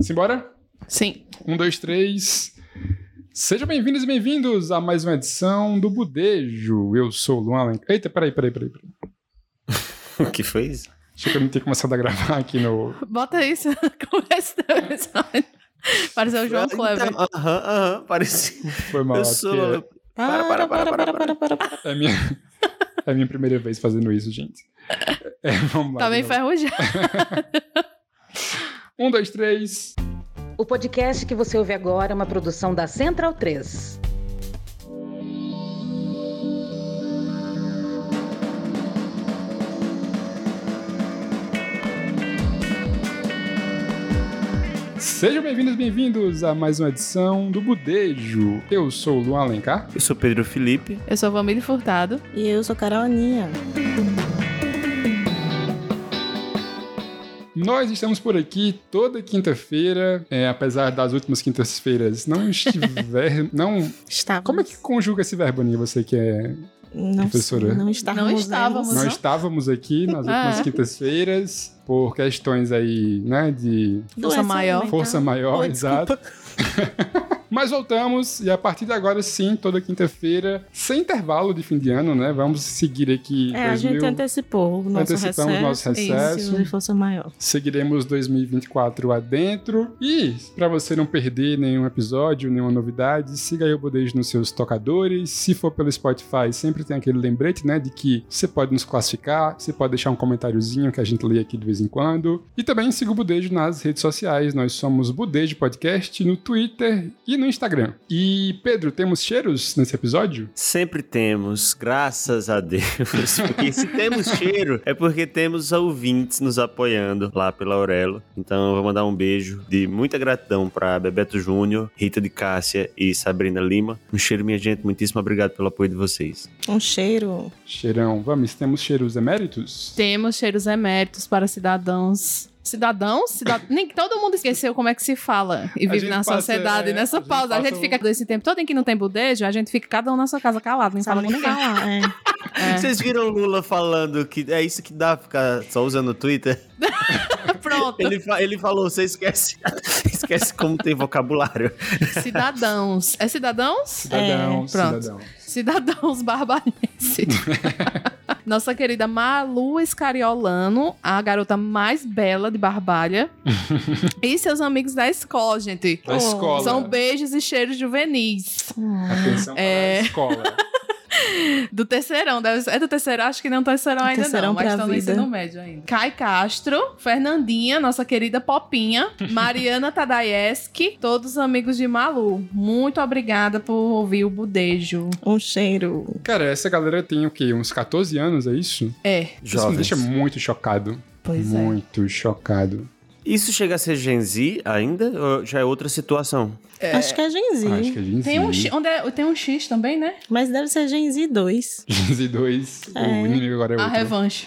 Simbora? Sim. Um, dois, três. Sejam bem-vindos e bem-vindos a mais uma edição do Budejo. Eu sou o Luan Alencar. Eita, peraí, peraí, peraí. peraí. O que foi isso? Achei que eu não tinha começado a gravar aqui no. Bota isso no começo do episódio. Pareceu É o João Então, Kleber. Aham, aham, parecia. Foi mal. Eu aqui. sou. Para, para, para, para, para. É minha, é minha primeira vez fazendo isso, gente. É, vamos lá. Tá bem de novo. enferrujado. Um, dois, três. O podcast que você ouve agora é uma produção da Central 3. Sejam bem-vindos e bem-vindos a mais uma edição do Budejo. Eu sou o Luan Alencar. Eu sou Pedro Felipe. Eu sou a Família Furtado. E eu sou Carol Aninha. Nós estamos por aqui toda quinta-feira, é, apesar das últimas quintas-feiras não estiver. não, Estávamos. como é que conjuga esse verbo, Aninha? Você que é Não, Professora. Não estávamos. Não estávamos. Nós não? estávamos aqui nas últimas Ah. quintas-feiras por questões aí, né, de Força maior. força maior, exato. Mas voltamos e a partir de agora sim, toda quinta-feira, sem intervalo de fim de ano, né? Vamos seguir aqui É, a 2000, gente antecipou o nosso antecipamos recesso. nosso recesso. de força maior. Seguiremos 2024 adentro. E, para você não perder nenhum episódio, nenhuma novidade, siga aí o Bodejo nos seus tocadores. Se for pelo Spotify, sempre tem aquele lembrete, né, de que você pode nos classificar, você pode deixar um comentáriozinho que a gente lê aqui de vez em quando. E também siga o Bodejo nas redes sociais. Nós somos Bodejo Podcast no Twitter e no Instagram. E, Pedro, temos cheiros nesse episódio? Sempre temos, graças a Deus. Porque se temos cheiro, é porque temos ouvintes nos apoiando lá pela Aurelo. Então eu vou mandar um beijo de muita gratidão pra Bebeto Júnior, Rita de Cássia e Sabrina Lima. Um cheiro, minha gente. Muitíssimo obrigado pelo apoio de vocês. Um cheiro. Cheirão. Vamos, temos cheiros eméritos? Temos cheiros eméritos para cidadãos. Cidadãos? Cidad... Nem todo mundo esqueceu como é que se fala e A vive gente na passa, sociedade. é, Nessa a gente pausa, a passa gente um- fica desse tempo todo em que não tem budejo, a gente fica cada um na sua casa calado, nem fala com Sabe nem ninguém. falar. É. É. Vocês viram o Lula falando que é isso que dá ficar só usando o Twitter? Pronto. Ele, fa- ele falou, você esquece, esquece como tem vocabulário. Cidadãos. É cidadãos? Cidadão, É, pronto. cidadão. Cidadãos barbarenses. Nossa querida Malu Escariolano, a garota mais bela de Barbalha. e seus amigos da escola, gente. Da escola. São beijos e cheiros juvenis. Atenção para É. a escola. Do terceirão. deve ser- É do terceiro? Acho que não do terceirão ainda Terceirão não, mas pra estão no vida. ensino médio ainda. Kai Castro, Fernandinha, nossa querida Popinha, Mariana Tadayeski, todos amigos de Malu. Muito obrigada por ouvir o budejo. Um cheiro. Cara, essa galera tem o quê? Uns 14 anos, é isso? É, Isso me deixa muito chocado. pois é. muito chocado. Isso chega a ser Gen Z ainda? Ou já é outra situação? Acho que é Gen Z. Acho que é Gen Z. Tem um, X- onde é- tem um X também, né? Mas deve ser Gen Z 2. Gen Z 2, É. o inimigo agora é A outro. revanche.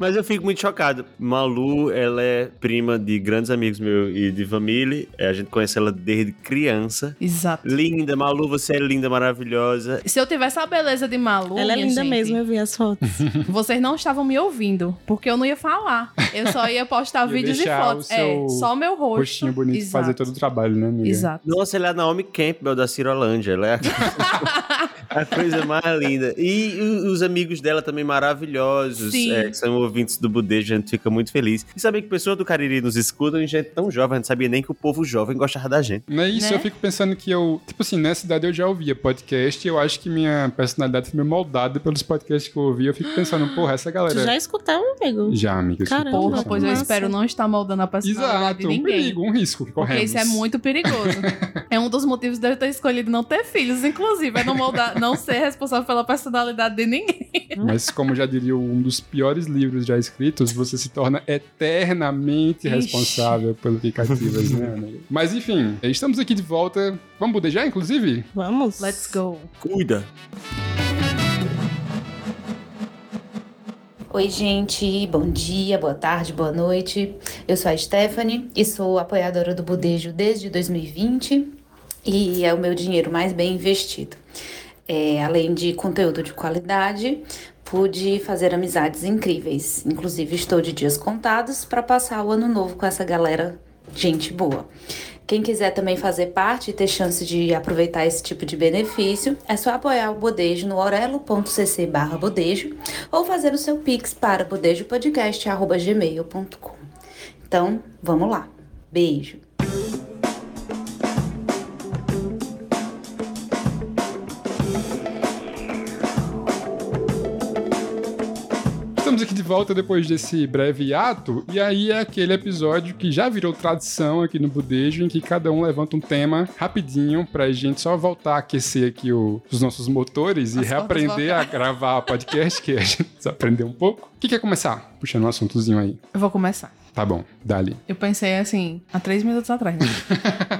Mas eu fico muito chocado. Malu, ela é prima de grandes amigos meu e de família. É, A gente conhece ela desde criança. Exato. Linda, Malu, você é linda, maravilhosa. Se eu tivesse a beleza de Malu, Ela é minha linda gente, mesmo, eu vi as fotos. Vocês não estavam me ouvindo, porque eu não ia falar. Eu só ia postar Ia vídeos e deixar o fotos. seu É, só meu rosto. Rostinho bonito de fazer todo o trabalho, né, amiga? Exato. Nossa, ela é a Naomi Campbell da Cirolândia. Ela é a A coisa mais linda. E o- os amigos dela também maravilhosos, Sim. é, que são ouvintes do Budejo, a gente fica muito feliz. E saber que pessoas do Cariri nos escutam e gente é tão jovem, a gente sabia nem que o povo jovem gostava da gente. Não é isso, Né? eu fico pensando que eu... Tipo assim, nessa idade eu já ouvia podcast e eu acho que minha personalidade foi meio moldada pelos podcasts que eu ouvi. Eu fico pensando, porra, essa Tu galera... já escutava, amigo? Já, amiga. eu escuto Caramba, isso, Porra, Nossa. pois eu amiga. Massa. espero não estar moldando a personalidade de Exato, um ninguém. perigo, um risco que Porque corremos. isso é muito perigoso. é um dos motivos de eu ter escolhido não ter filhos, inclusive. É não, moldar, não ser responsável pela personalidade de ninguém. Mas como já diria um dos piores livros já escritos, você se torna eternamente Ixi. responsável pelo que cativas, né, amiga? Mas enfim, estamos aqui de volta. Vamos budejar, inclusive? Vamos? Let's go. Cuida! Oi, gente, bom dia, boa tarde, boa noite. Eu sou a Stephanie e sou apoiadora do Budejo desde 2020 e é o meu dinheiro mais bem investido. É, além de conteúdo de qualidade, pude fazer amizades incríveis. Inclusive, estou de dias contados para passar o ano novo com essa galera, gente boa. Quem quiser também fazer parte e ter chance de aproveitar esse tipo de benefício, é só apoiar o Bodejo no orelo.cc barra bodejo ou fazer o seu pix para bodejopodcast.gmail.com. Então, vamos lá. Beijo! Estamos aqui de volta depois desse breve ato, e aí é aquele episódio que já virou tradição aqui no Budejo, em que cada um levanta um tema rapidinho pra gente só voltar a aquecer aqui o- os nossos motores e As cordas reaprender a gravar podcast, que a gente precisa aprender um pouco. O que quer começar? Puxando um assuntozinho aí. Eu vou começar. Tá bom, dali. Eu pensei assim, há três minutos atrás. Né?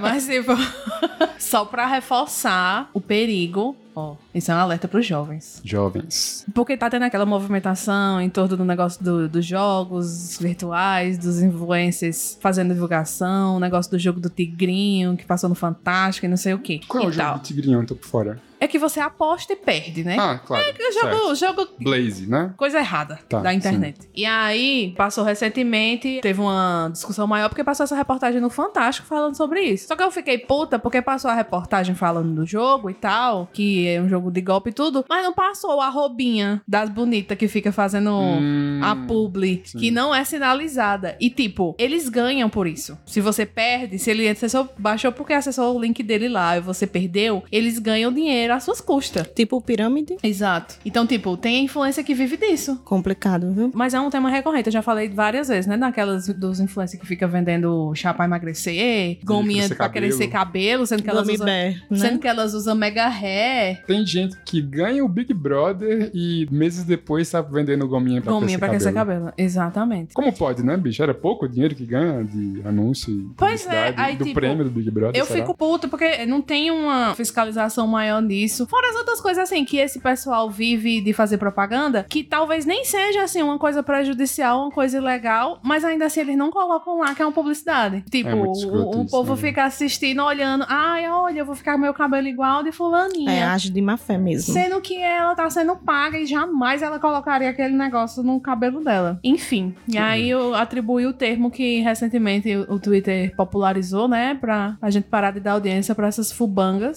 Mas tipo, só pra reforçar o perigo. Ó, isso é um alerta pros jovens. Jovens. Porque tá tendo aquela movimentação em torno do negócio do- dos jogos virtuais, dos influencers fazendo divulgação, o negócio do jogo do Tigrinho, que passou no Fantástico e não sei o quê. Qual é o e jogo tal. do Tigrinho? Eu tô por fora. É que você aposta e perde, né? Ah, claro. Eu jogo, jogo Blaze, né? coisa errada Tá, da internet. E aí, passou recentemente, teve uma discussão maior porque passou essa reportagem no Fantástico falando sobre isso. Só que eu fiquei puta porque passou a reportagem falando do jogo e tal, que é um jogo de golpe e tudo, mas não passou a roubinha das bonitas que fica fazendo Hum, Oh, a publi, sim. que não é sinalizada. E, tipo, eles ganham por isso. Se você perde, se ele acessou, baixou porque acessou o link dele lá e você perdeu, eles ganham dinheiro às suas custas. Tipo pirâmide. Exato. Então, tipo, tem influência que vive disso. Complicado, viu? Mas é um tema recorrente, eu já falei várias vezes, né? Daquelas dos influencers que fica vendendo chá pra emagrecer, gominha crescer pra cabelo. crescer cabelo, sendo que elas Gummy usam. bear, né? Sendo que elas usam mega hair, Tem gente que ganha o Big Brother e meses depois tá vendendo gominha pra crescer gominha pra crescer cabelo. Exatamente. Como pode, né, bicho? Era pouco o dinheiro que ganha de anúncio e Pois publicidade, é, aí, do tipo, prêmio do Big Brother, Eu será? fico puto porque não tem uma fiscalização maior nisso. Fora as outras coisas assim que esse pessoal vive de fazer propaganda, que talvez nem seja assim uma coisa prejudicial, uma coisa ilegal, mas ainda assim eles não colocam lá que é uma publicidade. Tipo, muito escroto o, o isso, povo né? fica assistindo, olhando, ai, olha, eu vou ficar com meu cabelo igual de É, fulaninha. age de má fé mesmo. Sendo que ela tá sendo paga e jamais ela colocaria aquele negócio no cabelo dela. Enfim, e aí eu atribuí o termo que recentemente o Twitter popularizou, né? Pra a gente parar de dar audiência pra essas fubangas.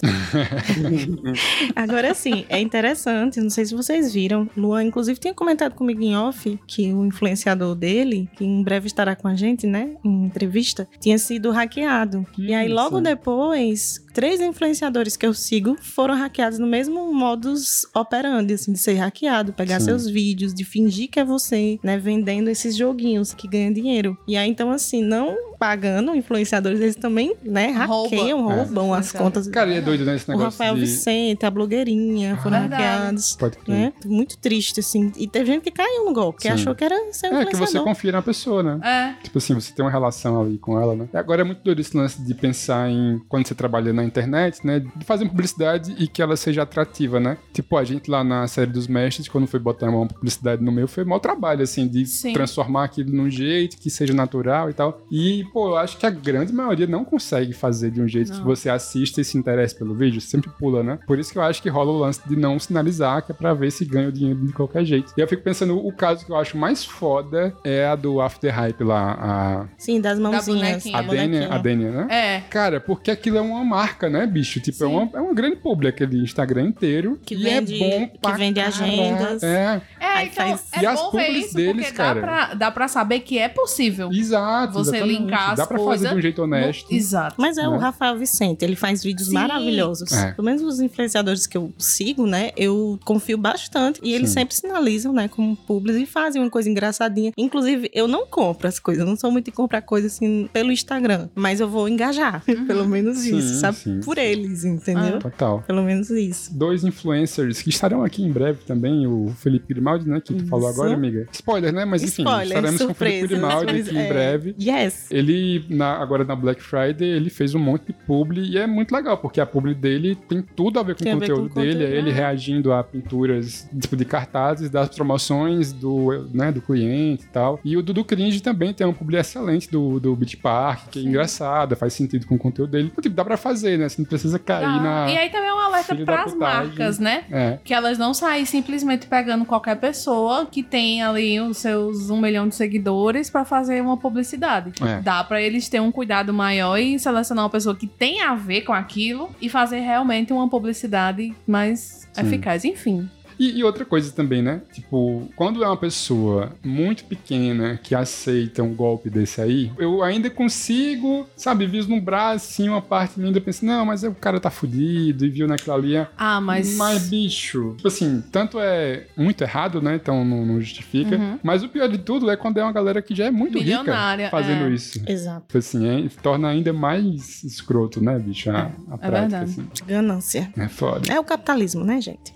Agora sim, é interessante, não sei se vocês viram. Luan, inclusive, tinha comentado comigo em off que o influenciador dele, que em breve estará com a gente, né, em entrevista, tinha sido hackeado. e aí, logo sim. depois, três influenciadores que eu sigo foram hackeados no mesmo modus operandi, assim, de ser hackeado, pegar Sim. seus vídeos, de fingir que é você, né, vendendo esses joguinhos que ganha dinheiro. E aí, então, assim, não pagando influenciadores, eles também, né, Rouba. hackeiam, É. roubam as contas. Cara, e é doido, né, esse O negócio Rafael de... Ah, Vicente, a blogueirinha, foram Verdade. hackeados. Pode crer. Né? Muito triste, assim. E teve gente que caiu no golpe, que Sim. achou que era ser um É, que você influenciador. confia na pessoa, né? É. Tipo assim, você tem uma relação ali com ela, né? E Agora é muito doido esse lance de pensar em quando você trabalha na internet, né? De fazer uma publicidade e que ela seja atrativa, né? Tipo, a gente lá na série dos mestres, quando foi botar uma publicidade no meio, foi mau trabalho, assim, de Sim. transformar aquilo num jeito que seja natural e tal. E, pô, eu acho que a grande maioria não consegue fazer de um jeito Não. que você assista e se interesse pelo vídeo, sempre pula, né? Por isso que eu acho que rola o lance de não sinalizar, que é pra ver se ganha o dinheiro de qualquer jeito. E eu fico pensando, o caso que eu acho mais foda é a do After Hype lá, a Sim, das mãozinhas. assim, bonequinha. a A Dania, a Dania, né? É. Cara, porque aquilo é uma marca, né, bicho? Tipo, é Sim. uma, é uma grande publi, aquele Instagram inteiro. Que e vende- é bom que pra vende caralho. agendas. É, É, Aí então faz- E é as bom ver publis isso deles, porque cara? dá pra, dá pra saber que é possível. exato. Você exatamente. linkar as Dá pra fazer coisas de um jeito honesto. No- Exato. Mas é o Né? Rafael Vicente, ele faz vídeos Sim. maravilhosos. É. Pelo menos os influenciadores que eu sigo, né? Eu confio bastante. E eles Sim. sempre sinalizam, né? Como públicos e fazem uma coisa engraçadinha. Inclusive, eu não compro as coisas. Eu não sou muito de comprar coisa assim pelo Instagram. Mas eu vou engajar. Uhum. Pelo menos Sim, isso, sabe? sim, Por sim. Ah. eles, entendeu? Total. Pelo menos isso. dois influencers que estarão aqui em breve também, o Felipe Grimaldi, né, que tu falou Isso. agora, amiga. Spoiler, né? Mas enfim, Spoiler, estaremos com o Felipe surpresa. Grimaldi surpresa, aqui em é. breve. Yes. Ele ele, na- agora na Black Friday, ele fez um monte de publi e é muito legal, porque a publi dele tem tudo a ver com Tem o a ver com o conteúdo dele. conteúdo, é ele né? reagindo a pinturas, tipo, de cartazes, das promoções do, né, do cliente e tal. E o Dudu Cringe também tem uma publi excelente do, do Beach Park, que é engraçada, faz sentido com o conteúdo dele. Então, tipo, dá pra fazer, né? Você não precisa cair Tá. na. E aí também é um alerta filho da pras putagem. marcas, né? É. Que elas não saem simplesmente pegando qualquer pessoa que tem ali os seus um milhão de seguidores pra fazer uma publicidade. É. Dá pra eles terem um cuidado maior e selecionar uma pessoa que tem a ver com aquilo e fazer realmente uma publicidade mais Sim. eficaz. Enfim. E, e outra coisa também, né? Tipo, quando é uma pessoa muito pequena que aceita um golpe desse aí, eu ainda consigo, sabe, vislumbrar assim uma parte minha, eu penso, não, mas o cara tá fudido e viu naquela linha. Ah, mas. Mas, bicho, tipo assim, tanto é muito errado, né? Então não, não justifica. Uhum. Mas o pior de tudo é quando é uma galera que já é muito Milionária, rica fazendo é. isso. Exato. Tipo assim, é- torna ainda mais escroto, né, bicho? A, a prática, É verdade. assim. Ganância. É foda. É o capitalismo, né, gente?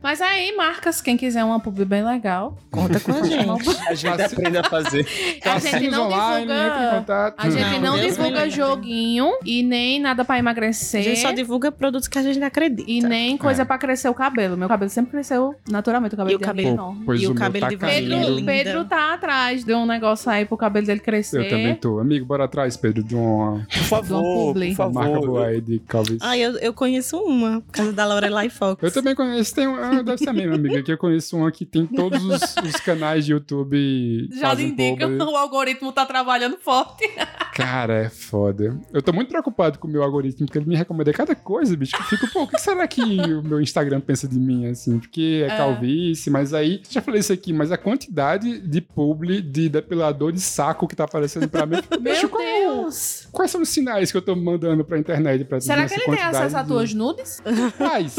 Mas aí, marcas, quem quiser uma publi bem legal. Conta com a gente. A gente aprende a fazer. Tá A gente Cassinos não online, né, entra em divulga. contato. A gente não, Não, Deus me divulga livre. joguinho e nem nada pra A emagrecer. gente só divulga produtos que a gente não acredita. E nem É. coisa pra crescer o cabelo. Meu cabelo sempre cresceu naturalmente. O cabelo E o dele é cabelo? enorme. Pois E o o meu cabelo tá de caindo. velho Pedro, Linda. Pedro tá atrás de um negócio aí pro cabelo dele crescer. Eu também tô. Amigo, bora atrás, Pedro, de uma Por Dom favor, Publi. por marca boa favor. aí de Calvin. Ah, eu, eu conheço uma, por causa da Lorelai Fox. Eu também conheço, tem, um- ah, deve ser a mesma amiga, que eu conheço uma que tem todos os, os canais de YouTube. Já fazem lhe indica, publi. o algoritmo tá trabalhando forte. Cara, é foda. Eu tô muito preocupado com o meu algoritmo, porque ele me recomenda cada coisa, bicho. que Eu fico, pô, o que será que o meu Instagram pensa de mim, assim? Porque é calvície, mas aí. Já falei isso aqui, mas a quantidade de publi, de depilador de saco que tá aparecendo pra mim. eu fico, Meu bicho, qual- Deus! Quais são os sinais que eu tô mandando pra internet pra Será essa que ele tem acesso a quantidade tuas nudes? de- Quais?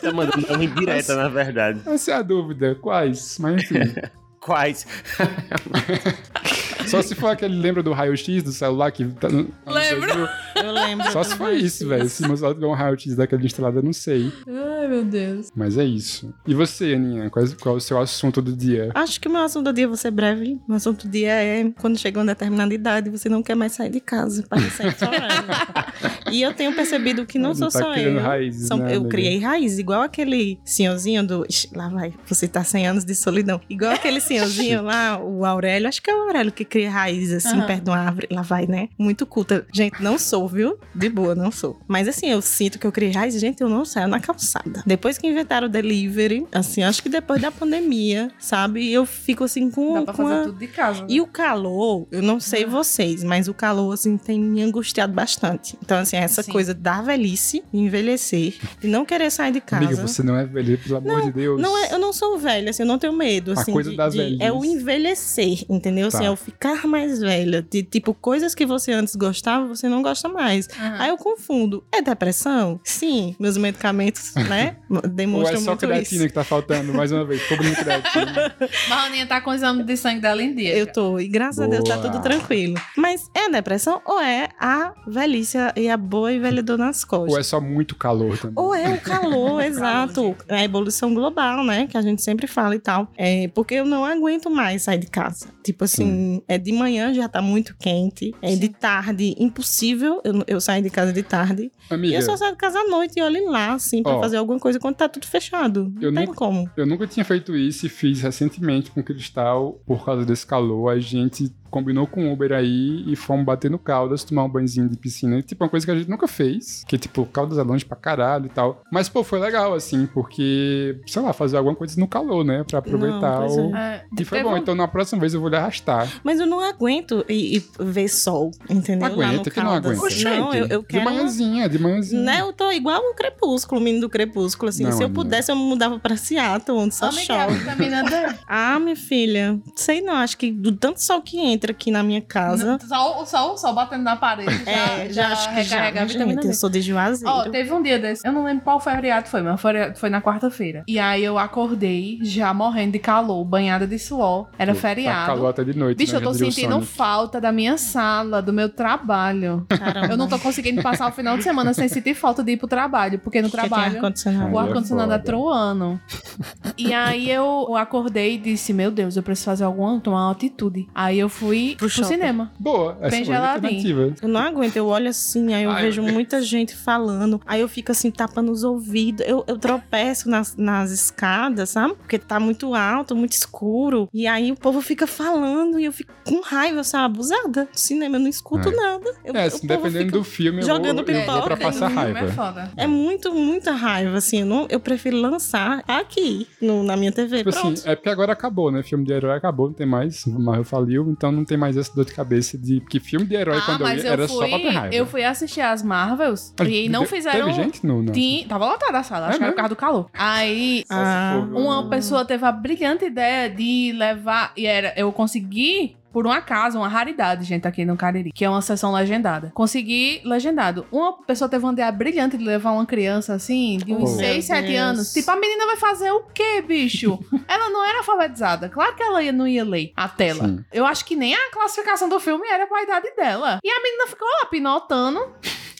Tá mandando uma indireta, na verdade. Essa é a dúvida. Quais? Mas enfim. Quais? Só se for aquele lembra do raio-x do celular que. Tá... no- não sei, Lembro. viu? Eu lembro. Só se for isso, velho. Se meu celular tiver um raio-x daquele instalado, eu não sei. Ai, meu Deus. Mas é isso. E você, Aninha? Quais- Qual, é o seu assunto do dia? Acho que o meu assunto do dia, vou ser breve. Meu assunto do dia é quando chega uma determinada idade, você não quer mais sair de casa para sempre chorando. E eu tenho percebido que não Não sou tá só criando eu. raízes, né, eu amiga? criei raiz, igual aquele senhorzinho do. Ixi, lá vai, você tá 100 anos de solidão. Igual aquele senhorzinho lá, o Aurélio. Acho que é o Aurélio que cria raiz assim, Aham. perto de uma árvore. Lá vai, né? Muito culta. Gente, não sou, viu? De boa, não sou. Mas assim, eu sinto que eu criei raiz, gente, eu não saio na calçada. Depois que inventaram o delivery, assim, acho que depois da pandemia, sabe? Eu fico assim com. Dá pra com fazer a- tudo de casa. né? e o calor, eu não sei vocês, mas o calor, assim, tem me angustiado bastante. Então, assim, essa Sim. coisa da velhice, de envelhecer, de não querer sair de casa. Amiga, você não é velho, pelo amor de Deus. Não é, eu não sou velha, assim, eu não tenho medo, A assim. coisa de- da de- velhice. é o envelhecer, entendeu? Tá. Assim, é o ficar mais velha. De tipo, coisas que você antes gostava, você não gosta mais. Aham. Aí eu confundo. É depressão? Sim, meus medicamentos, né? Ou é Demonstram só muito creatina isso. que tá faltando, mais uma vez. Cobrindo creatina. Marroninha tá com o exame de sangue dela em dia. Eu tô, e graças a Deus tá Boa. tudo tranquilo. Mas é a depressão ou é a velhice e a boa e velha dor nas costas? Ou é só muito calor também. Ou é o calor, exato. É A evolução global, né? Que a gente sempre fala e tal. É porque eu não aguento mais sair de casa. Tipo assim, é de manhã já tá muito quente. É de tarde, impossível eu, eu sair de casa de tarde. E Amiga, eu só saio de casa à noite e olho lá, assim, pra Ó. fazer alguma coisa quando tá tudo fechado. Não Eu tem nunca- como. eu nunca tinha feito isso e fiz recentemente com Cristal por causa desse calor. A gente combinou com o Uber aí e fomos bater no Caldas, tomar um banhozinho de piscina. Tipo, uma coisa que a gente nunca fez. Que, tipo, Caldas é longe pra caralho e tal. Mas, pô, foi legal, assim, porque, sei lá, fazer alguma coisa no calor, né? Pra aproveitar pois o... é. É, E foi teve bom, um- então na próxima vez eu vou lhe arrastar. Mas eu não aguento e, ver sol, entendeu? Aguenta, Lá no que não Caldas. aguenta. Não, eu, eu De quero... manhãzinha, de manhãzinha. Né, eu tô igual o Crepúsculo, o menino do Crepúsculo, assim. Não, Se eu amiga. pudesse, eu me mudava pra Seattle, onde só Homem que é chove. vitamina D. Ah, minha filha, sei não, acho que do tanto sol que entra aqui na minha casa... Não, Só o sol, sol batendo na parede. Já, é, já, acho que já, recarrega a gente, vitamina D. eu sou de Juazeiro. Ó, teve um dia desse, eu não lembro qual feriado foi, mas foi, foi na quarta-feira. E aí eu acordei já morrendo de calor, banhada de suor. Era Tá feriado. calor até de noite, Bicho, né? eu tô Já deu sentindo sono. falta da minha sala, do meu trabalho. Caramba. Eu não tô conseguindo passar o final de semana sem sentir falta de ir pro trabalho, porque no Porque tem trabalho ar-condicionado. o Aí é ar-condicionado é foda. troando. E aí eu acordei e disse: Meu Deus, eu preciso fazer alguma, tomar uma atitude. Aí eu fui Pro pro, shopping. cinema. Boa, essa Bem foi a geladinho. alternativa. Eu não aguento, eu olho assim, aí eu Ai, vejo meu Deus. muita gente falando, aí eu fico assim, tapando os ouvidos, eu, eu tropeço nas, nas escadas, sabe? Porque tá muito alto, muito escuro, e aí o povo fica falando, e eu fico com raiva, eu sou abusada do cinema, eu não escuto É. nada. Eu, é, o assim, povo dependendo fica- do filme, eu jogando vou, eu vou pra pipoca. passar Filme É raiva. foda. É muito, muita raiva, assim, eu, não, eu prefiro lançar aqui, no- na minha TV, Tipo assim, pronto. é porque agora acabou, né? Filme de herói acabou, não tem mais. Marvel faliu, então não tem mais essa dor de cabeça de que filme de herói Ah, quando eu mas ia eu era só fui, pra ter raiva. eu fui assistir as Marvels e não fizeram. Teve gente? Não, não. Tim- Tava lotada a sala, É acho que era por mesmo? causa do calor. Aí Ah. uma pessoa teve a brilhante ideia de levar. E era. Eu consegui. Por um acaso, uma raridade, gente, aqui no Cariri, que é uma sessão legendada. Consegui legendado. Uma pessoa teve uma ideia brilhante de levar uma criança assim, de uns Oh. 6, 7 Meu Deus. anos. Tipo, a menina vai fazer o quê, bicho? ela não era alfabetizada. Claro que ela ia- não ia ler a tela. Sim. Eu acho que nem a classificação do filme era pra idade dela. E a menina ficou lá pinotando,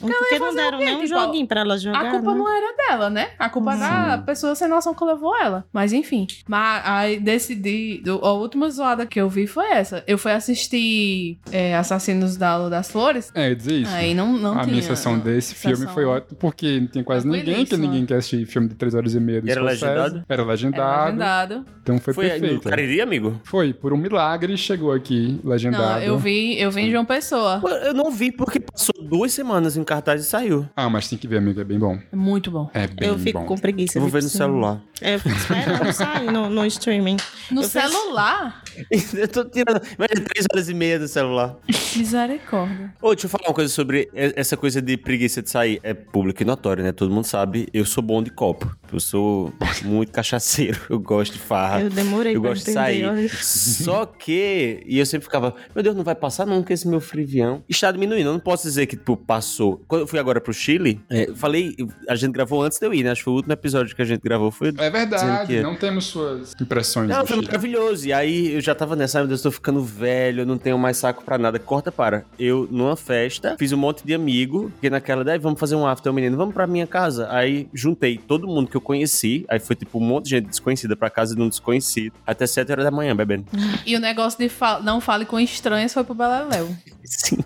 Porque não deram nem um Tipo, joguinho pra ela jogar, a culpa né? não era dela, né? A culpa era da pessoa sem noção que levou ela. Mas enfim. Mas aí decidi. do- a última zoada que eu vi foi essa. Eu fui assistir é, Assassinos da Lua das Flores. É, eu dizer isso. Aí não, não a tinha. minha sessão desse filme sessão- foi ótima, porque não tem quase Foi ninguém, que belíssima. ninguém quer assistir filme de 3 horas e meia do Era Scorsese. legendado? Era legendado. Era É legendado. Então foi, Foi no perfeito. Cariri, amigo? Foi, por um milagre chegou aqui, legendado. Não, eu vi, eu vi em João Pessoa. Pô, Eu não vi porque passou duas semanas em cartaz e saiu. Ah, mas tem que ver, amigo, é bem bom. É Muito bom. É bem Eu fico bom. com preguiça. Eu vou de ver no cinema. celular. É, eu fico esperando sair no, no streaming. No Eu pensei- celular, Eu tô tirando. Imagina três horas e meia do celular. misericórdia. Ô, deixa eu falar uma coisa sobre e- essa coisa de preguiça de sair. É público e notório, né? Todo mundo sabe. Eu sou bom de copo. Eu sou muito cachaceiro. Eu gosto de farra. Eu demorei Eu pra gosto de entender. sair. olha. Só que. E eu sempre ficava, meu Deus, não vai passar nunca esse meu frivião. Está diminuindo. Eu não posso dizer que, tipo, passou. Quando eu fui agora pro Chile, é, eu falei. A gente gravou antes de eu ir, né? Acho que foi o último episódio que a gente gravou. Foi. É Dizendo verdade, que- não temos suas impressões. Não, do foi filme. maravilhoso. E aí eu já tava nessa, ai meu Deus, tô ficando velho, eu não tenho mais saco pra nada. Corta para. Eu, numa festa, fiz um monte de amigo, porque naquela daí, vamos fazer um after, menino, vamos pra minha casa. Aí juntei todo mundo que eu conheci. Aí foi tipo um monte de gente desconhecida pra casa de um desconhecido. Até 7 horas da manhã, bebendo. E o negócio de fa- não fale com estranhos foi pro Beleléu. Sim.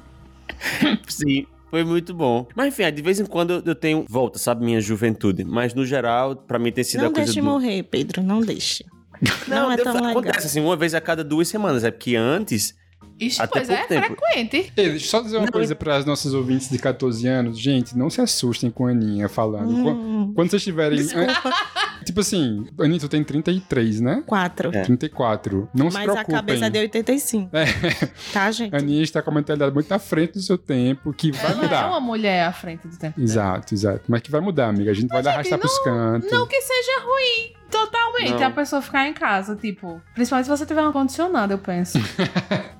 Sim. Foi muito bom. Mas enfim, de vez em quando eu- eu tenho volta, sabe, minha juventude. Mas no geral, pra mim tem sido Não a coisa deixe do... morrer, Pedro. Não deixe. Não, é deu- tão legal. acontece assim, uma vez a cada duas semanas. É porque antes. Isso, Até pois é, pouco tempo. frequente. Ei, deixa eu só dizer uma Não, coisa para as nossas ouvintes de 14 anos. Gente, não se assustem com a Aninha falando. Qu- Hum, Quando vocês tiverem. desculpa. Tipo assim, Aninha, tu tem 33, né? Quatro. É. 34. Não se Mas a preocupem. cabeça é de 85. É. Tá, gente? A Aninha está com a mentalidade muito à frente do seu tempo, que vai Ela mudar. é uma mulher à frente do tempo. Exato, exato. Mas que vai mudar, amiga. A gente vai arrastar pros cantos. Não que seja ruim, totalmente. Não. A pessoa ficar em casa, tipo. Principalmente se você tiver um ar-condicionado, eu penso.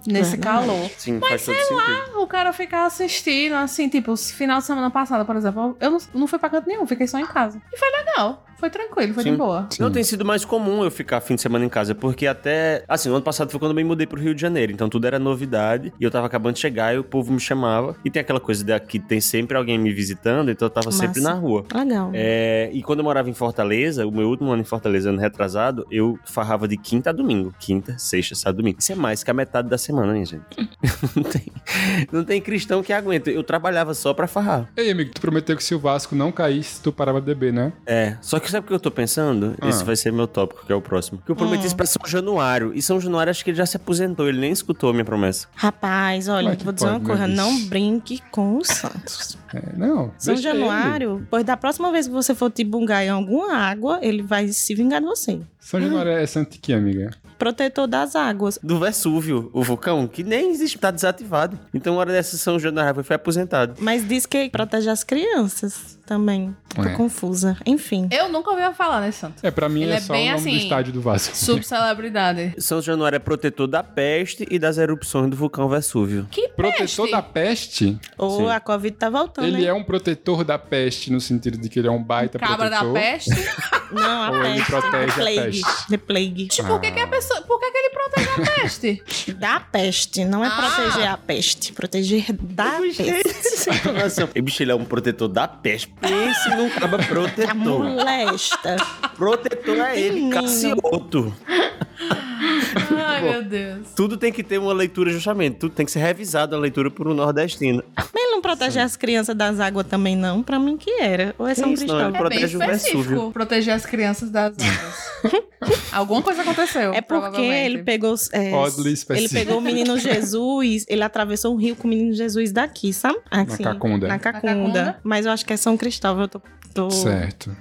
Nesse calor. Ah, Sim, faz todo sentido. O cara ficar assistindo, assim, tipo, esse final de semana passada, por exemplo, eu não, não fui pra canto nenhum, fiquei só em casa. E foi legal. Foi tranquilo, foi Sim. de boa. Não tem sido mais comum eu ficar fim de semana em casa, porque até. Assim, o ano passado foi quando eu me mudei pro Rio de Janeiro, então tudo era novidade, e eu tava acabando de chegar e o povo me chamava. E tem aquela coisa daqui, tem sempre alguém me visitando, então eu tava sempre Massa. na rua. Legal. É, e quando eu morava em Fortaleza, o meu último ano em Fortaleza, ano retrasado, eu farrava de quinta a domingo. Quinta, sexta, sábado, domingo. Isso é mais que a metade da semana, hein, gente? não, tem, não tem cristão que aguenta. Eu trabalhava só pra farrar. Ei, amigo, tu prometeu que se o Vasco não caísse, tu parava de beber, né? É, só que sabe o que eu tô pensando? Ah. Esse vai ser meu tópico, que é o próximo. Que eu prometi Hum. isso pra São Januário. E São Januário acho que ele já se aposentou, ele nem escutou a minha promessa. Rapaz, olha, Como é que vou dizer uma pode, coisa. meu Deus? Não brinque com o Santos. É, não. São deixa ele. Januário, pois da próxima vez que você for te bungar em alguma água, ele vai se vingar de você. São Januário é santo de quê, amiga? Protetor das águas. Do Vesúvio, o vulcão, que nem existe, tá desativado. Então, hora dessa São Januário foi aposentado. Mas diz que protege as crianças também. Tô É. confusa. Enfim. Eu nunca ouvi falar nesse santo. É, pra mim Ele é é só o bem nome do assim, estádio do Vasco. Subcelebridade. São Januário é protetor da peste e das erupções do vulcão Vesúvio. Que Protetor peste. da peste? Ou Sim. a Covid tá voltando, Ele hein? é um protetor da peste, no sentido de que ele é um baita Cabra da protetor. peste. Não, a Ou ele peste. protege a the plague. peste. The plague. Tipo, por que, que a Ah. pessoa. Por que, que ele protege a peste? Da peste. Não é Ah. proteger a peste. Proteger da peste. Então, um Nossa, bicho, ele é um protetor da peste. Pense num caba A protetor. molesta. protetor é ele, Menino. Cassioto. Ai, meu Deus. Tudo tem que ter uma leitura justamente, tudo tem que ser revisado a leitura por um nordestino. Mas ele não protege as crianças das águas também, não? Pra mim que era. Ou é Que São isso, não, Cristóvão? é Protege o é bem Vesúvio. específico proteger as crianças das águas. Alguma coisa aconteceu. É porque provavelmente. ele pegou. os- É, Oddly ele específico. pegou o menino Jesus, ele atravessou o rio com o menino Jesus daqui, sabe? Assim, Cacunda. Na Cacunda. Cacunda. Mas eu acho que é São Cristóvão, eu tô. tô- Certo.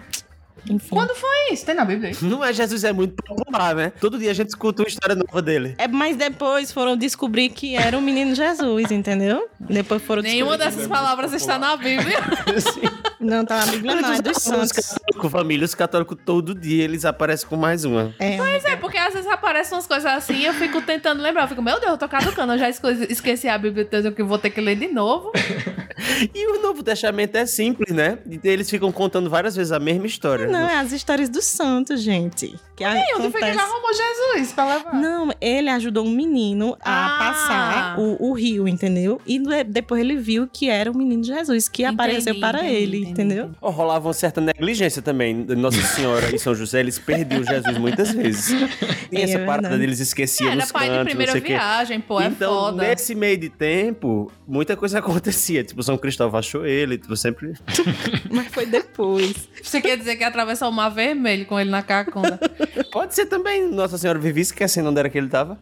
Enfim. Quando foi isso? Tem na Bíblia? Não é Jesus, é muito popular, né? Todo dia a gente escuta uma história nova dele. É, mas depois foram descobrir que era o menino Jesus, entendeu? Depois foram Nenhuma descobrir. dessas palavras está na Bíblia. Não, tá na Bíblia, não, é dos Os santos. católicos, família, os católicos todo dia eles aparecem com mais uma. É, Mas é, porque às vezes aparecem umas coisas assim e eu fico tentando lembrar. Eu fico, meu Deus, eu tô caducando. Eu já esco- esqueci a Bíblia, então eu que vou ter que ler de novo. E o Novo Testamento é simples, né? E Eles ficam contando várias vezes a mesma história. não, é as histórias dos santos, gente. Que E onde foi que ele acontece. arrumou Jesus pra levar? Não, ele ajudou um menino a Ah. passar o, o rio, entendeu? E de- depois ele viu que era o menino Jesus que Entendi, apareceu para entendi, ele, entendi, entendeu? entendi. Oh, rolava uma certa negligência também. Nossa Senhora e São José, eles perdiam Jesus muitas vezes. Tem É essa parada verdade. deles esqueciam Era nos é pai de cantos, não primeira sei o quê. viagem, pô, é então, foda. nesse meio de tempo, muita coisa acontecia. Tipo, São Cristóvão achou ele, tipo, sempre... Mas foi depois. Você quer dizer que atravessou o mar vermelho com ele na cacunda? Pode ser também Nossa Senhora vivia esquecendo onde era que ele tava.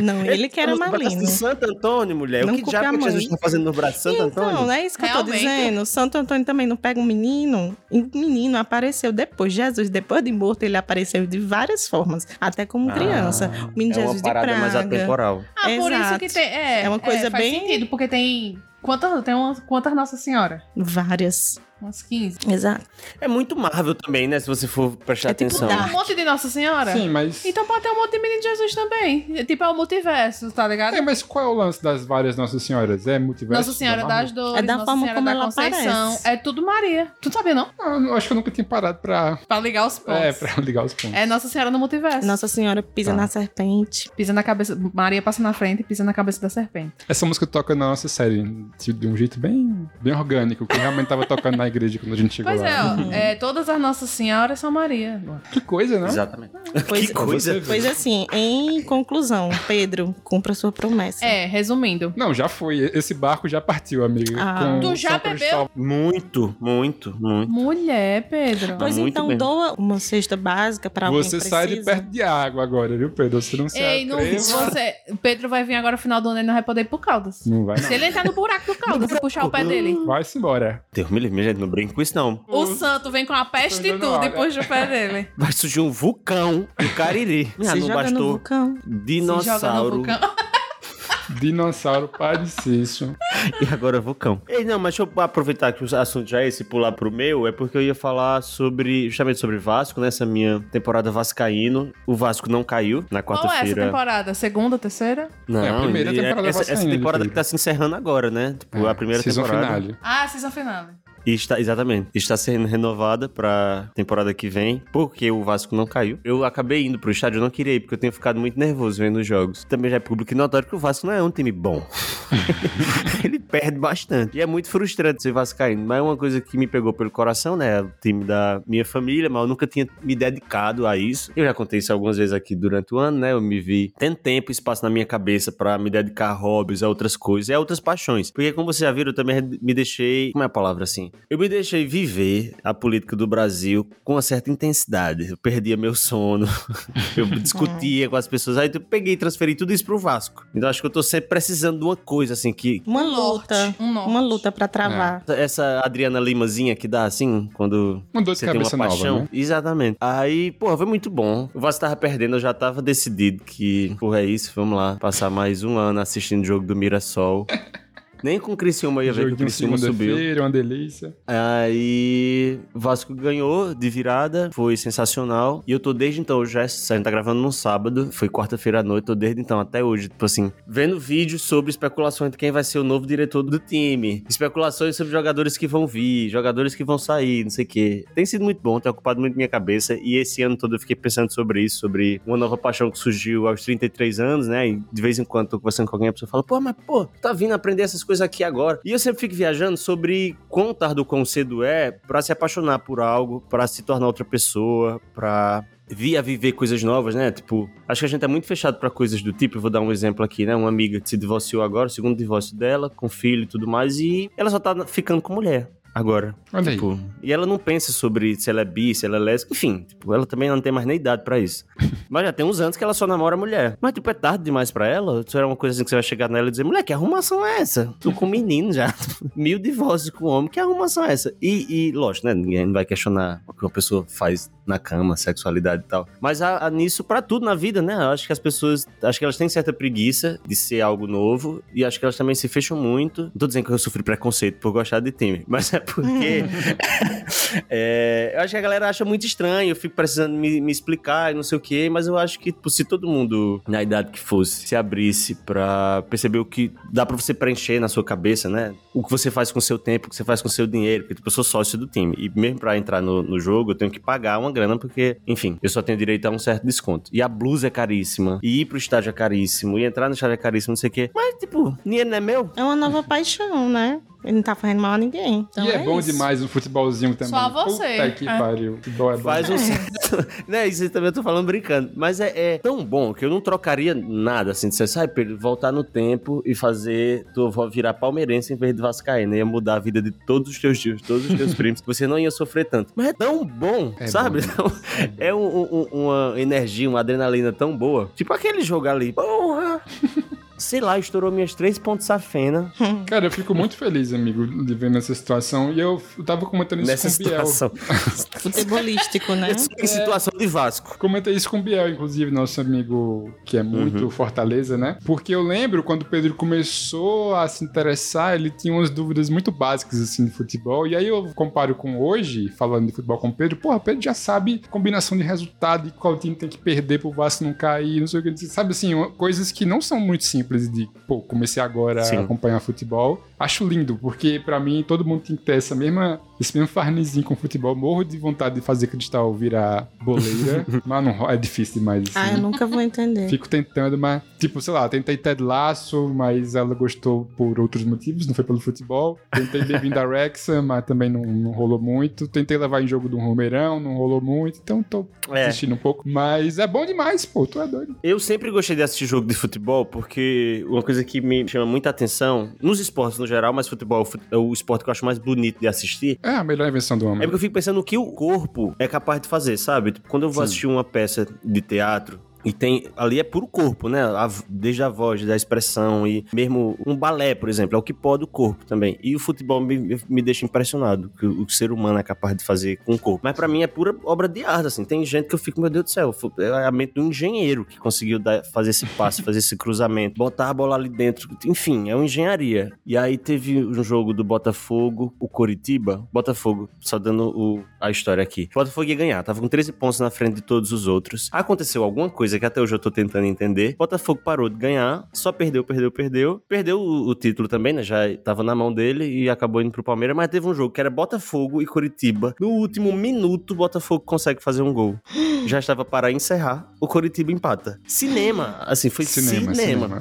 Não, ele que era Tava no braço malino. de assim, Santo Antônio, mulher. Não o que culpe a diabo que mãe. Jesus tá fazendo no braço de Santo Antônio? Então, é isso que eu tô Realmente. dizendo. Santo Antônio também não pega um menino. E o menino apareceu depois. Jesus, depois de morto, ele apareceu de várias formas. Até como Ah, criança. O menino é Jesus uma de parada mais Praga. atemporal. Ah, por isso Exato. que tem. É, É uma coisa faz bem- sentido, porque tem. Quantas, tem umas, quantas Nossa Senhora? Várias. Umas 15. Exato. É muito Marvel também, né? Se você for prestar É tipo atenção. Dark. Um monte de Nossa Senhora? Sim, mas. Então pode ter um monte de menino de Jesus também. É Tipo, é o multiverso, tá ligado? É, mas qual é o lance das várias Nossas Senhoras? É multiverso? Nossa Senhora Marvel? das Dores, É da Nossa forma Senhora como da ela Conceição. aparece. É tudo Maria. Tu não sabia, não? Não, eu acho que eu nunca tinha parado pra. Pra ligar os pontos. É, pra ligar os pontos. É Nossa Senhora no multiverso. Nossa Senhora pisa Tá. na serpente. Pisa na cabeça. Maria passa na frente e pisa na cabeça da serpente. Essa música toca na nossa série tipo, de um jeito bem, bem orgânico, que realmente tava tocando na igreja quando a gente chegou Pois lá. é, ó. é, todas as Nossas Senhoras são Maria. agora. Que coisa, não? Exatamente. Ah, Pois- é. que coisa. Você vê. Pois assim, em conclusão, Pedro, cumpra sua promessa. É, resumindo. Não, já foi. Esse barco já partiu, amiga. Ah. Com Tu já São bebeu? Cristóvão. Muito, muito, muito. Mulher, Pedro. Pois Muito então, bem. doa uma cesta básica para alguém Tá Você precisa. sai de perto de água agora, viu, Pedro? Você não se Ei, não, atreva. você, Pedro vai vir agora no final do ano e não vai poder ir pro Caldas. Não vai, Se não. ele entrar no buraco do Caldas e puxar o pé dele. Vai-se embora. Deus me livre, minha gente, não brinco com isso, não. O santo vem com a peste e Hum. Tô dando tudo e água. puxa o pé dele. Vai surgir um vulcão do Cariri. Se Ah, não joga no bastou. vulcão. Se joga no Dinossauro. vulcão. Dinossauro Padicício. E agora vulcão. Ei, não, mas deixa eu aproveitar que o assunto já é esse e pular pro meu, é porque eu ia falar sobre, justamente sobre Vasco, nessa minha temporada vascaíno. O Vasco não caiu na Qual é essa quarta-feira. temporada? Segunda, terceira? não, É a primeira e temporada essa, essa vascaína, temporada que Felipe. tá se encerrando agora, né? Tipo, a primeira É, Season temporada. finale. Ah, season finale. E está, exatamente. Está sendo renovada pra temporada que vem, porque o Vasco não caiu. Eu acabei indo pro estádio, eu não queria ir, porque eu tenho ficado muito nervoso vendo os jogos. Também já é público e notório que o Vasco não é um time bom. Ele perde bastante. E é muito frustrante ser vascaíno. Mas é uma coisa que me pegou pelo coração, né? O time da minha família, mas eu nunca tinha me dedicado a isso. Eu já contei isso algumas vezes aqui durante o ano, né? Eu me vi tendo tempo e espaço na minha cabeça pra me dedicar a hobbies, a outras coisas e a outras paixões. Porque, como vocês já viram, eu também me deixei. Como é a palavra assim? Eu me deixei viver a política do Brasil com uma certa intensidade. Eu perdia meu sono, eu discutia com as pessoas. Aí eu peguei e transferi tudo isso pro Vasco. Então acho que eu tô sempre precisando de uma coisa, assim, que, Uma Um norte, luta. um norte. Uma luta para travar. essa Adriana Limazinha que dá assim, quando Uma dor de você tem uma cabeça paixão. nova, né? Exatamente. Aí, pô, foi muito bom. O Vasco tava perdendo, eu já tava decidido que, porra, é isso, vamos lá. Passar mais um ano assistindo o jogo do Mirassol. Nem com o Criciúma eu ia ver que o Jogo de Criciúma subiu. segunda-feira, uma delícia. Aí Vasco ganhou de virada, foi sensacional. E eu tô desde então, já a gente tá gravando no sábado, foi quarta-feira à noite, tô desde então até hoje, tipo assim, vendo vídeos sobre especulações de quem vai ser o novo diretor do time, especulações sobre jogadores que vão vir, jogadores que vão sair, não sei o quê. Tem sido muito bom, tem ocupado muito minha cabeça e esse ano todo eu fiquei pensando sobre isso, sobre uma nova paixão que surgiu aos 33 anos, né? E de vez em quando tô conversando com alguém, a pessoa fala: "Pô, mas pô, tá vindo aprender essas coisas coisas aqui agora. E eu sempre fico viajando sobre quão tarde o quão cedo é pra se apaixonar por algo, pra se tornar outra pessoa, pra vir a viver coisas novas, né? Tipo, acho que a gente é muito fechado pra coisas do tipo. Eu vou dar um exemplo aqui, né? Uma amiga que se divorciou agora, o segundo divórcio dela, com filho e tudo mais, e ela só tá ficando com mulher. Agora. Olha aí. Então Tipo, e ela não pensa sobre se ela é bi, se ela é lésbica, enfim, tipo, ela também não tem mais nem idade pra isso. Mas já tem uns anos que ela só namora mulher. Mas, tipo, é tarde demais pra ela? Isso era uma coisa assim que você vai chegar nela e dizer, mulher, que arrumação é essa? Tô com um menino já. Mil divórcios com um homem, que arrumação é essa? E, e, lógico, né? Ninguém vai questionar o que uma pessoa faz na cama, sexualidade e tal. Mas há, há nisso pra tudo na vida, né? Eu acho que as pessoas. Acho que elas têm certa preguiça de ser algo novo. E acho que elas também se fecham muito. Não tô dizendo que eu sofri preconceito por gostar de time, mas é porque. É, eu acho que a galera acha muito estranho, eu fico precisando me, me explicar e não sei o quê, mas eu acho que tipo, se todo mundo, na idade que fosse, se abrisse pra perceber o que dá pra você preencher na sua cabeça, né? O que você faz com o seu tempo, o que você faz com o seu dinheiro, porque tipo, eu sou sócio do time. E mesmo pra entrar no, no jogo, eu tenho que pagar uma grana, porque, enfim, eu só tenho direito a um certo desconto. E a blusa é caríssima, e ir pro estádio é caríssimo, e entrar no estádio é caríssimo, não sei o quê. Mas, tipo, dinheiro não é meu? É uma nova paixão, né? Ele não tá fazendo mal a ninguém. Então e é, bom isso. demais o futebolzinho também. Só você. Puta que É. pariu. Futebol é bom. Faz um certo. né, isso também eu tô falando brincando. Mas é, é tão bom que eu não trocaria nada assim. Você sai, Pedro, voltar no tempo e fazer. Tu vou virar palmeirense em vez de Vascaína. Ia mudar a vida de todos os teus tios, todos os teus primos. Você não ia sofrer tanto. Mas é tão bom, É sabe? bom. Então, é um- um- um- uma energia, uma adrenalina tão boa. Tipo aquele jogo ali. Porra! Sei lá, estourou minhas três pontos safena Cara, eu fico muito feliz, amigo, de vendo essa situação. E eu, eu tava comentando isso nessa com o Biel. É. situação. Futebolístico, né? em situação de Vasco. Comentei isso com o Biel, inclusive, nosso amigo que é muito Fortaleza, né? Porque eu lembro quando o Pedro começou a se interessar, ele tinha umas dúvidas muito básicas, assim, de futebol. E aí eu comparo com hoje, falando de futebol com o Pedro, porra, o Pedro já sabe combinação de resultado e qual time tem que perder pro Vasco não cair, não sei o que. Sabe, assim, uma- coisas que não são muito simples de, pô, comecei agora Sim. a acompanhar futebol. Acho lindo, porque pra mim todo mundo tem que ter essa mesma, esse mesmo farnizinho com futebol. Morro de vontade de fazer Cristal virar boleira, mas não, ro- é difícil demais. Assim. Ah, eu nunca vou entender. Fico tentando, mas, tipo, sei lá, tentei Ted Lasso, mas ela gostou por outros motivos, não foi pelo futebol. Tentei Bem-vindo a Rexa, mas também não, não rolou muito. Tentei levar em jogo do Romeirão, não rolou muito, então tô É. assistindo um pouco. Mas é bom demais, pô, tu é doido. Eu sempre gostei de assistir jogo de futebol, porque uma coisa que me chama muita atenção, nos esportes no geral, mas futebol é o esporte que eu acho mais bonito de assistir, É a melhor invenção do é homem. porque eu fico pensando o que o corpo é capaz de fazer, sabe? Tipo, quando eu vou Sim. assistir uma peça de teatro. E tem. Ali é puro corpo, né? A v- desde a voz, da expressão e mesmo um balé, por exemplo, é o que pode o corpo também. E o futebol me, me deixa impressionado, que o, o ser humano é capaz de fazer com o corpo. Mas pra mim é pura obra de arte, assim. Tem gente que eu fico, meu Deus do céu, fu- é a mente do engenheiro que conseguiu dar- fazer esse passo, fazer esse cruzamento, botar a bola ali dentro. Enfim, é uma engenharia. E aí teve um jogo do Botafogo, o Coritiba. Botafogo, só dando o- a história aqui. O Botafogo ia ganhar, tava com 13 pontos na frente de todos os outros. Aconteceu alguma coisa que até hoje eu tô tentando entender. Botafogo parou de ganhar, só perdeu, perdeu, perdeu. Perdeu o, o título também, né? Já tava na mão dele e acabou indo pro Palmeiras, mas teve um jogo que era Botafogo e Coritiba. No último minuto, o Botafogo consegue fazer um gol. Já estava para encerrar, o Coritiba empata. Cinema, assim, foi cinema.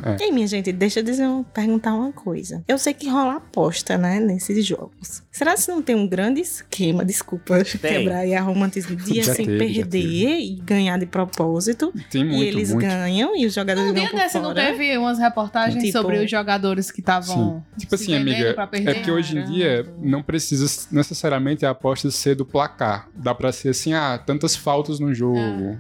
É. E aí, minha gente, deixa eu dizer, um- perguntar uma coisa. Eu sei que rola aposta, né, nesses jogos. Será que não tem um grande esquema, desculpa quebrar aí a romantismo, de Já assim, teve, já perder e ganhar de propósito? Tem muito, e eles muito. ganham e os jogadores Um vão dia por desse não fora. teve umas reportagens Tipo- sobre os jogadores que estavam. Tipo se assim, vendendo amiga, pra perder? é porque hoje em Caramba. dia não precisa necessariamente a aposta ser do placar. Dá pra ser assim, ah, tantas faltas no jogo,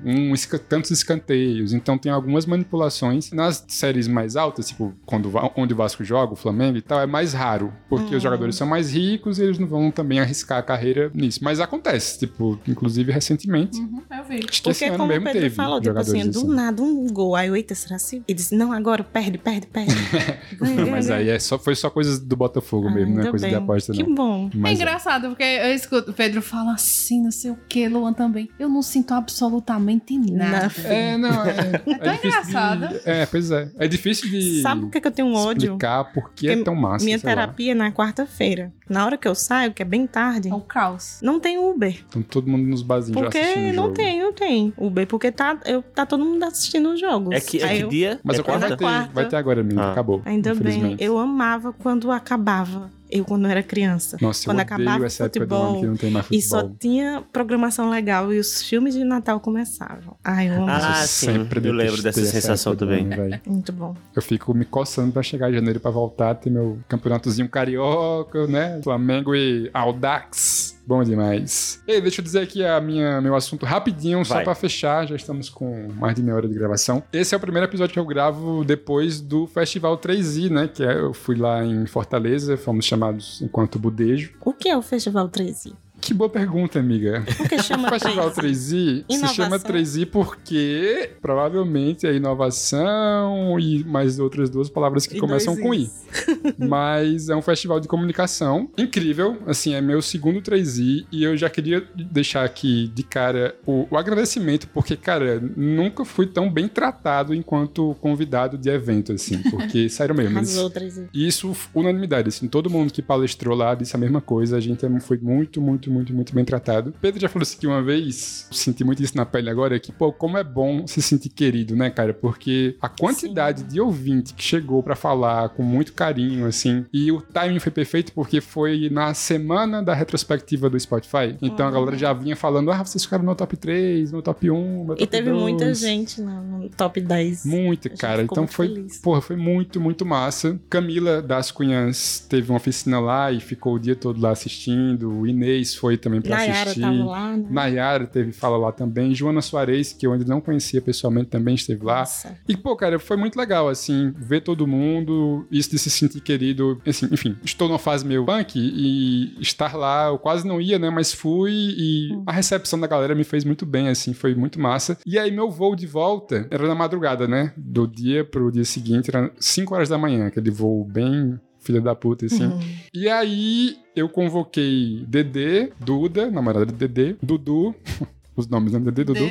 um esca- tantos escanteios. Então tem algumas manipulações. Nas séries mais altas, tipo, quando, o Va- onde o Vasco joga, o Flamengo e tal, é mais raro. Porque os jogadores são mais ricos e eles não vão também arriscar a carreira nisso. Mas acontece, tipo, inclusive recentemente. Uhum, eu vi. Acho que esse Porque ano como o mesmo Pedro teve falou, tipo jogadores assim, do assim. nada um gol. Aí o Eita, será assim? Ele disse, não, agora perde, perde, perde. Ganha, ganha, Mas ganha. aí é só, foi só coisas do Botafogo Ah, mesmo, não é ainda coisa bem. da aposta, Que não. bom. É Mas engraçado, porque eu escuto o Pedro fala assim, não sei o que, Luan também. Eu não sinto absolutamente nada. Na- É, não, é. Tá É, difícil tão engraçado. de- é, pois é. É difícil de Sabe por que, que eu tenho um ódio? explicar por que é Porque tão massa. Minha sei lá. terapia é na quarta-feira. Na hora que eu saio, que é bem tarde, É o caos. não tem Uber. Então todo mundo nos barzinhos já Porque assistindo o não jogo. tem não tem Uber, porque tá, eu, tá todo mundo assistindo os jogos. É que, é Aí que eu- dia? Mas é o quarto quarta? vai ter, vai ter agora, menina. Ah. Acabou. Ainda bem, infelizmente. eu amava quando acabava. Eu, quando eu era criança. Nossa, quando eu odeio acabava o essa época do ano futebol que não tem mais futebol. E só tinha programação legal e os filmes de Natal começavam. Ai, eu amava. Ah, Eu sim. sempre Eu lembro detestei dessa essa sensação época do também. ano, velho. Muito bom. Eu fico me coçando pra chegar em janeiro pra voltar, ter meu campeonatozinho carioca, né? Flamengo e Aldax. Bom demais. Ei, deixa eu dizer aqui a minha, meu assunto rapidinho, só Vai. pra fechar. Já estamos com mais de meia hora de gravação. Esse é o primeiro episódio que eu gravo depois do Festival 3i, né? Que é, eu fui lá em Fortaleza, fomos chamados enquanto budejo. O que é o Festival 13? Que boa pergunta, amiga. O que chama O Festival 13? 3i se Tipo assim, Inovação. chama 3i porque provavelmente é inovação e mais outras duas palavras que começam com i. Mas é um festival de comunicação incrível. Assim, é meu segundo 3i e eu já queria deixar aqui de cara o, o agradecimento, porque, cara, nunca fui tão bem tratado enquanto convidado de evento, assim, porque sério mesmo. eles- Arrasou, 13. e isso, unanimidade, assim, todo mundo que palestrou lá disse a mesma coisa, a gente é- foi muito, muito, muito, muito bem tratado. Pedro já falou isso aqui uma vez, senti muito isso na pele agora, que, pô, como é bom se sentir querido, né, cara? Porque a quantidade de ouvinte que chegou pra falar com muito carinho, assim, e o timing foi perfeito porque foi na semana da retrospectiva do Spotify, então a Uhum. galera já vinha falando, ah, vocês ficaram no top 3, no top 1, no top E teve 2. muita gente lá no top 10. Muita, A gente cara. ficou Então muito foi, feliz. porra, foi muito, muito massa. Camila das Cunhãs teve uma oficina lá e ficou o dia todo lá assistindo. O Inês foi também pra Nayara assistir. tava lá, né? Nayara teve fala lá também. Joana Soares, que eu ainda não conhecia pessoalmente, também esteve lá. Nossa. E, pô, cara, foi muito legal, assim, ver todo mundo, isso de se sentir querido. Assim, enfim, estou numa fase meio punk e estar lá, eu quase não ia, né? Mas fui e a recepção da galera me fez muito bem, assim, foi muito massa. E aí, meu voo de volta era na madrugada, né? Do dia pro dia seguinte, era 5 horas da manhã, aquele voo bem. Filha da puta, assim. Uhum. E aí, eu convoquei Dedê, Duda, namorada de Dedê, Dudu, os nomes, né? Dedê, Dudu,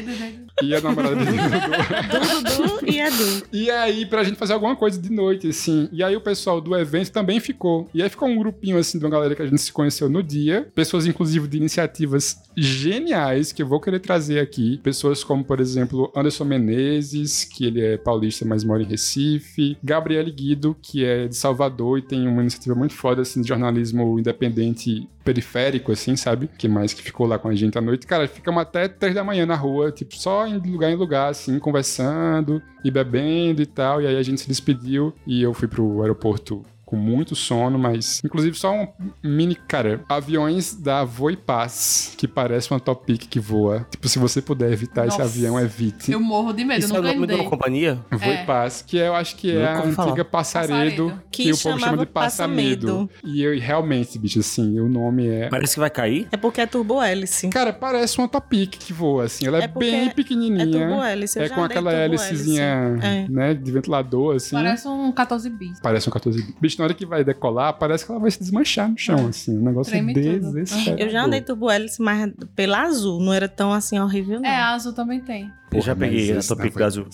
e a namorada de Dudu. Dudu, Dudu e Edu. E aí, pra gente fazer alguma coisa de noite, assim. E aí, o pessoal do evento também ficou. E aí, ficou um grupinho, assim, de uma galera que a gente se conheceu no dia. Pessoas, inclusive, de iniciativas geniais que eu vou querer trazer aqui. Pessoas como, por exemplo, Anderson Menezes, que ele é paulista, mas mora em Recife. Gabriele Guido, que é de Salvador e tem uma iniciativa muito foda, assim, de jornalismo independente periférico, assim, sabe? Que mais que ficou lá com a gente à noite. Cara, ficamos até três da manhã na rua, tipo, só em lugar em lugar, assim, conversando e bebendo e tal. E aí a gente se despediu e eu fui pro aeroporto com muito sono, mas inclusive só um mini, cara, aviões da Voipaz, que parece uma Topic que voa. Tipo, se você puder evitar esse Nossa. avião, evite. Eu morro de medo, eu Isso é o nunca nome de andei. uma companhia? É. Voipaz, que eu acho que é Nunca a ouvi falar. antiga Passaredo, Passaredo. que, Que o povo chama chamava de Passamedo. Passamedo. E eu realmente, bicho, assim, o nome é Parece que vai cair? É porque é turbo hélice. Cara, parece uma Topic que voa, assim. Ela é, É porque bem É turbo pequenininha. hélice. eu já com andei aquela turbo hélicezinha, É. né, de ventilador, assim. Parece... Parece um 14 bis. um 14 Bicho, na hora que vai decolar, parece que ela vai se desmanchar no chão, assim. O negócio é Treme tudo. desesperado. Eu já andei turbo hélice, mas pela azul. Não era tão assim horrível, não. É, azul também tem. Eu já peguei a Topic da Azul.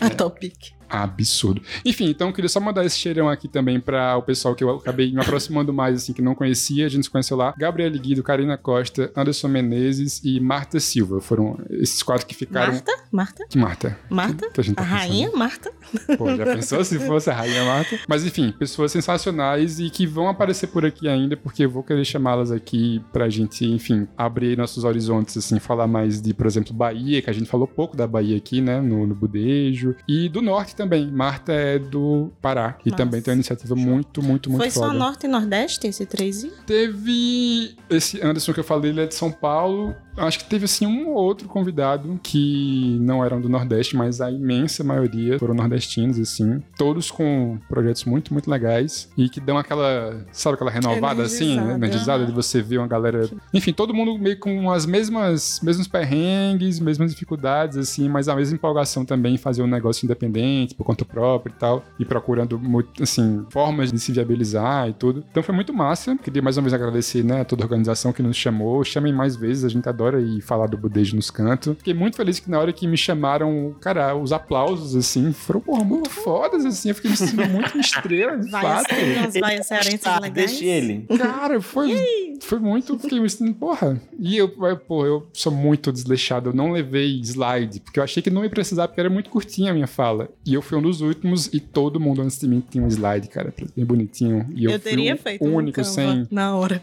A Topic. Absurdo. Enfim, então eu queria só mandar esse cheirão aqui também pra o pessoal que eu acabei me aproximando mais, assim, que não conhecia. A gente se conheceu lá. Gabriel Guido, Karina Costa, Anderson Menezes e Marta Silva. Foram esses quatro que ficaram. Marta? Marta? Que Marta? Marta? Que a gente tá A pensando? rainha Marta? Pô, já pensou se fosse a Rainha Marta? Mas enfim, pessoas sensacionais e que vão aparecer por aqui ainda, porque eu vou querer chamá-las aqui pra gente, enfim, abrir nossos horizontes, assim, falar mais de, por exemplo, Bahia, que a gente falou pouco da Bahia aqui, né, no, no Budejo. E do Norte também. Marta é do Pará. E Massa. também tem uma iniciativa muito, muito, muito Foi foda. só norte e nordeste esse 13? Teve esse Anderson que eu falei, ele é de São Paulo. Acho que teve assim um ou outro convidado que não eram do Nordeste, mas a imensa maioria foram nordestinos, assim. Todos com projetos muito, muito legais e que dão aquela, sabe, aquela renovada assim, Energizada. energizada de você ver uma galera. Enfim, todo mundo meio com as mesmas, mesmos perrengues, mesmas dificuldades, assim, mas a mesma empolgação também em fazer um negócio independente, por conta própria e tal, e procurando, mu- assim, formas de se viabilizar e tudo. Então foi muito massa. Queria mais uma vez agradecer, né, a toda a organização que nos chamou. Chamem mais vezes, a gente adora ir falar do Budejo nos cantos. Fiquei muito feliz que na hora que me chamaram, cara, os aplausos, assim, foram, porra, muito fodas, assim. Eu fiquei me sentindo muito uma estrela, de Vai fato. Tá, ser, vai ser Tá, deixa ele. Cara, foi foi muito, fiquei me sentindo, porra. E eu, eu, porra, eu sou muito desleixado, eu não levei slide, porque eu achei que não ia precisar, porque era muito curtinha a minha fala. E eu fui um dos últimos e todo mundo antes de mim tinha um slide, cara, bem bonitinho. E eu, eu teria fui feito o um único Canva sem. na hora.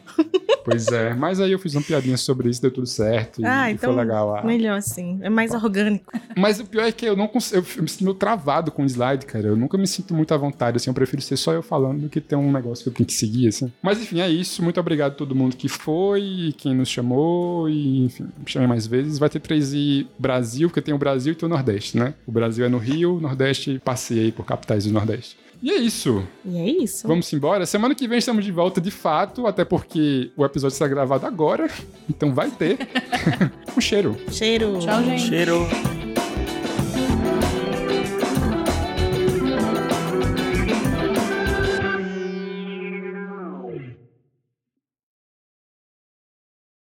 Pois é, mas aí eu fiz uma piadinha sobre isso, deu tudo certo. E, Ah, e então foi legal. a- melhor assim, é mais orgânico. mas o pior é que eu não consigo. Eu me sinto meio travado com slide, cara. Eu nunca me sinto muito à vontade, assim. Eu prefiro ser só eu falando do que ter um negócio que eu tenho que seguir, assim. Mas enfim, é isso. Muito obrigado a todo mundo que foi, e quem nos chamou, e enfim, chamei mais vezes. Vai ter três e Brasil, porque tem o Brasil e tem o Nordeste, né? O Brasil é no Rio, o Nordeste passei aí por capitais do Nordeste. E é isso. E é isso. Vamos embora. Semana que vem estamos de volta de fato, até porque o episódio está gravado agora, então vai ter. um cheiro. Cheiro. Tchau, gente. Cheiro.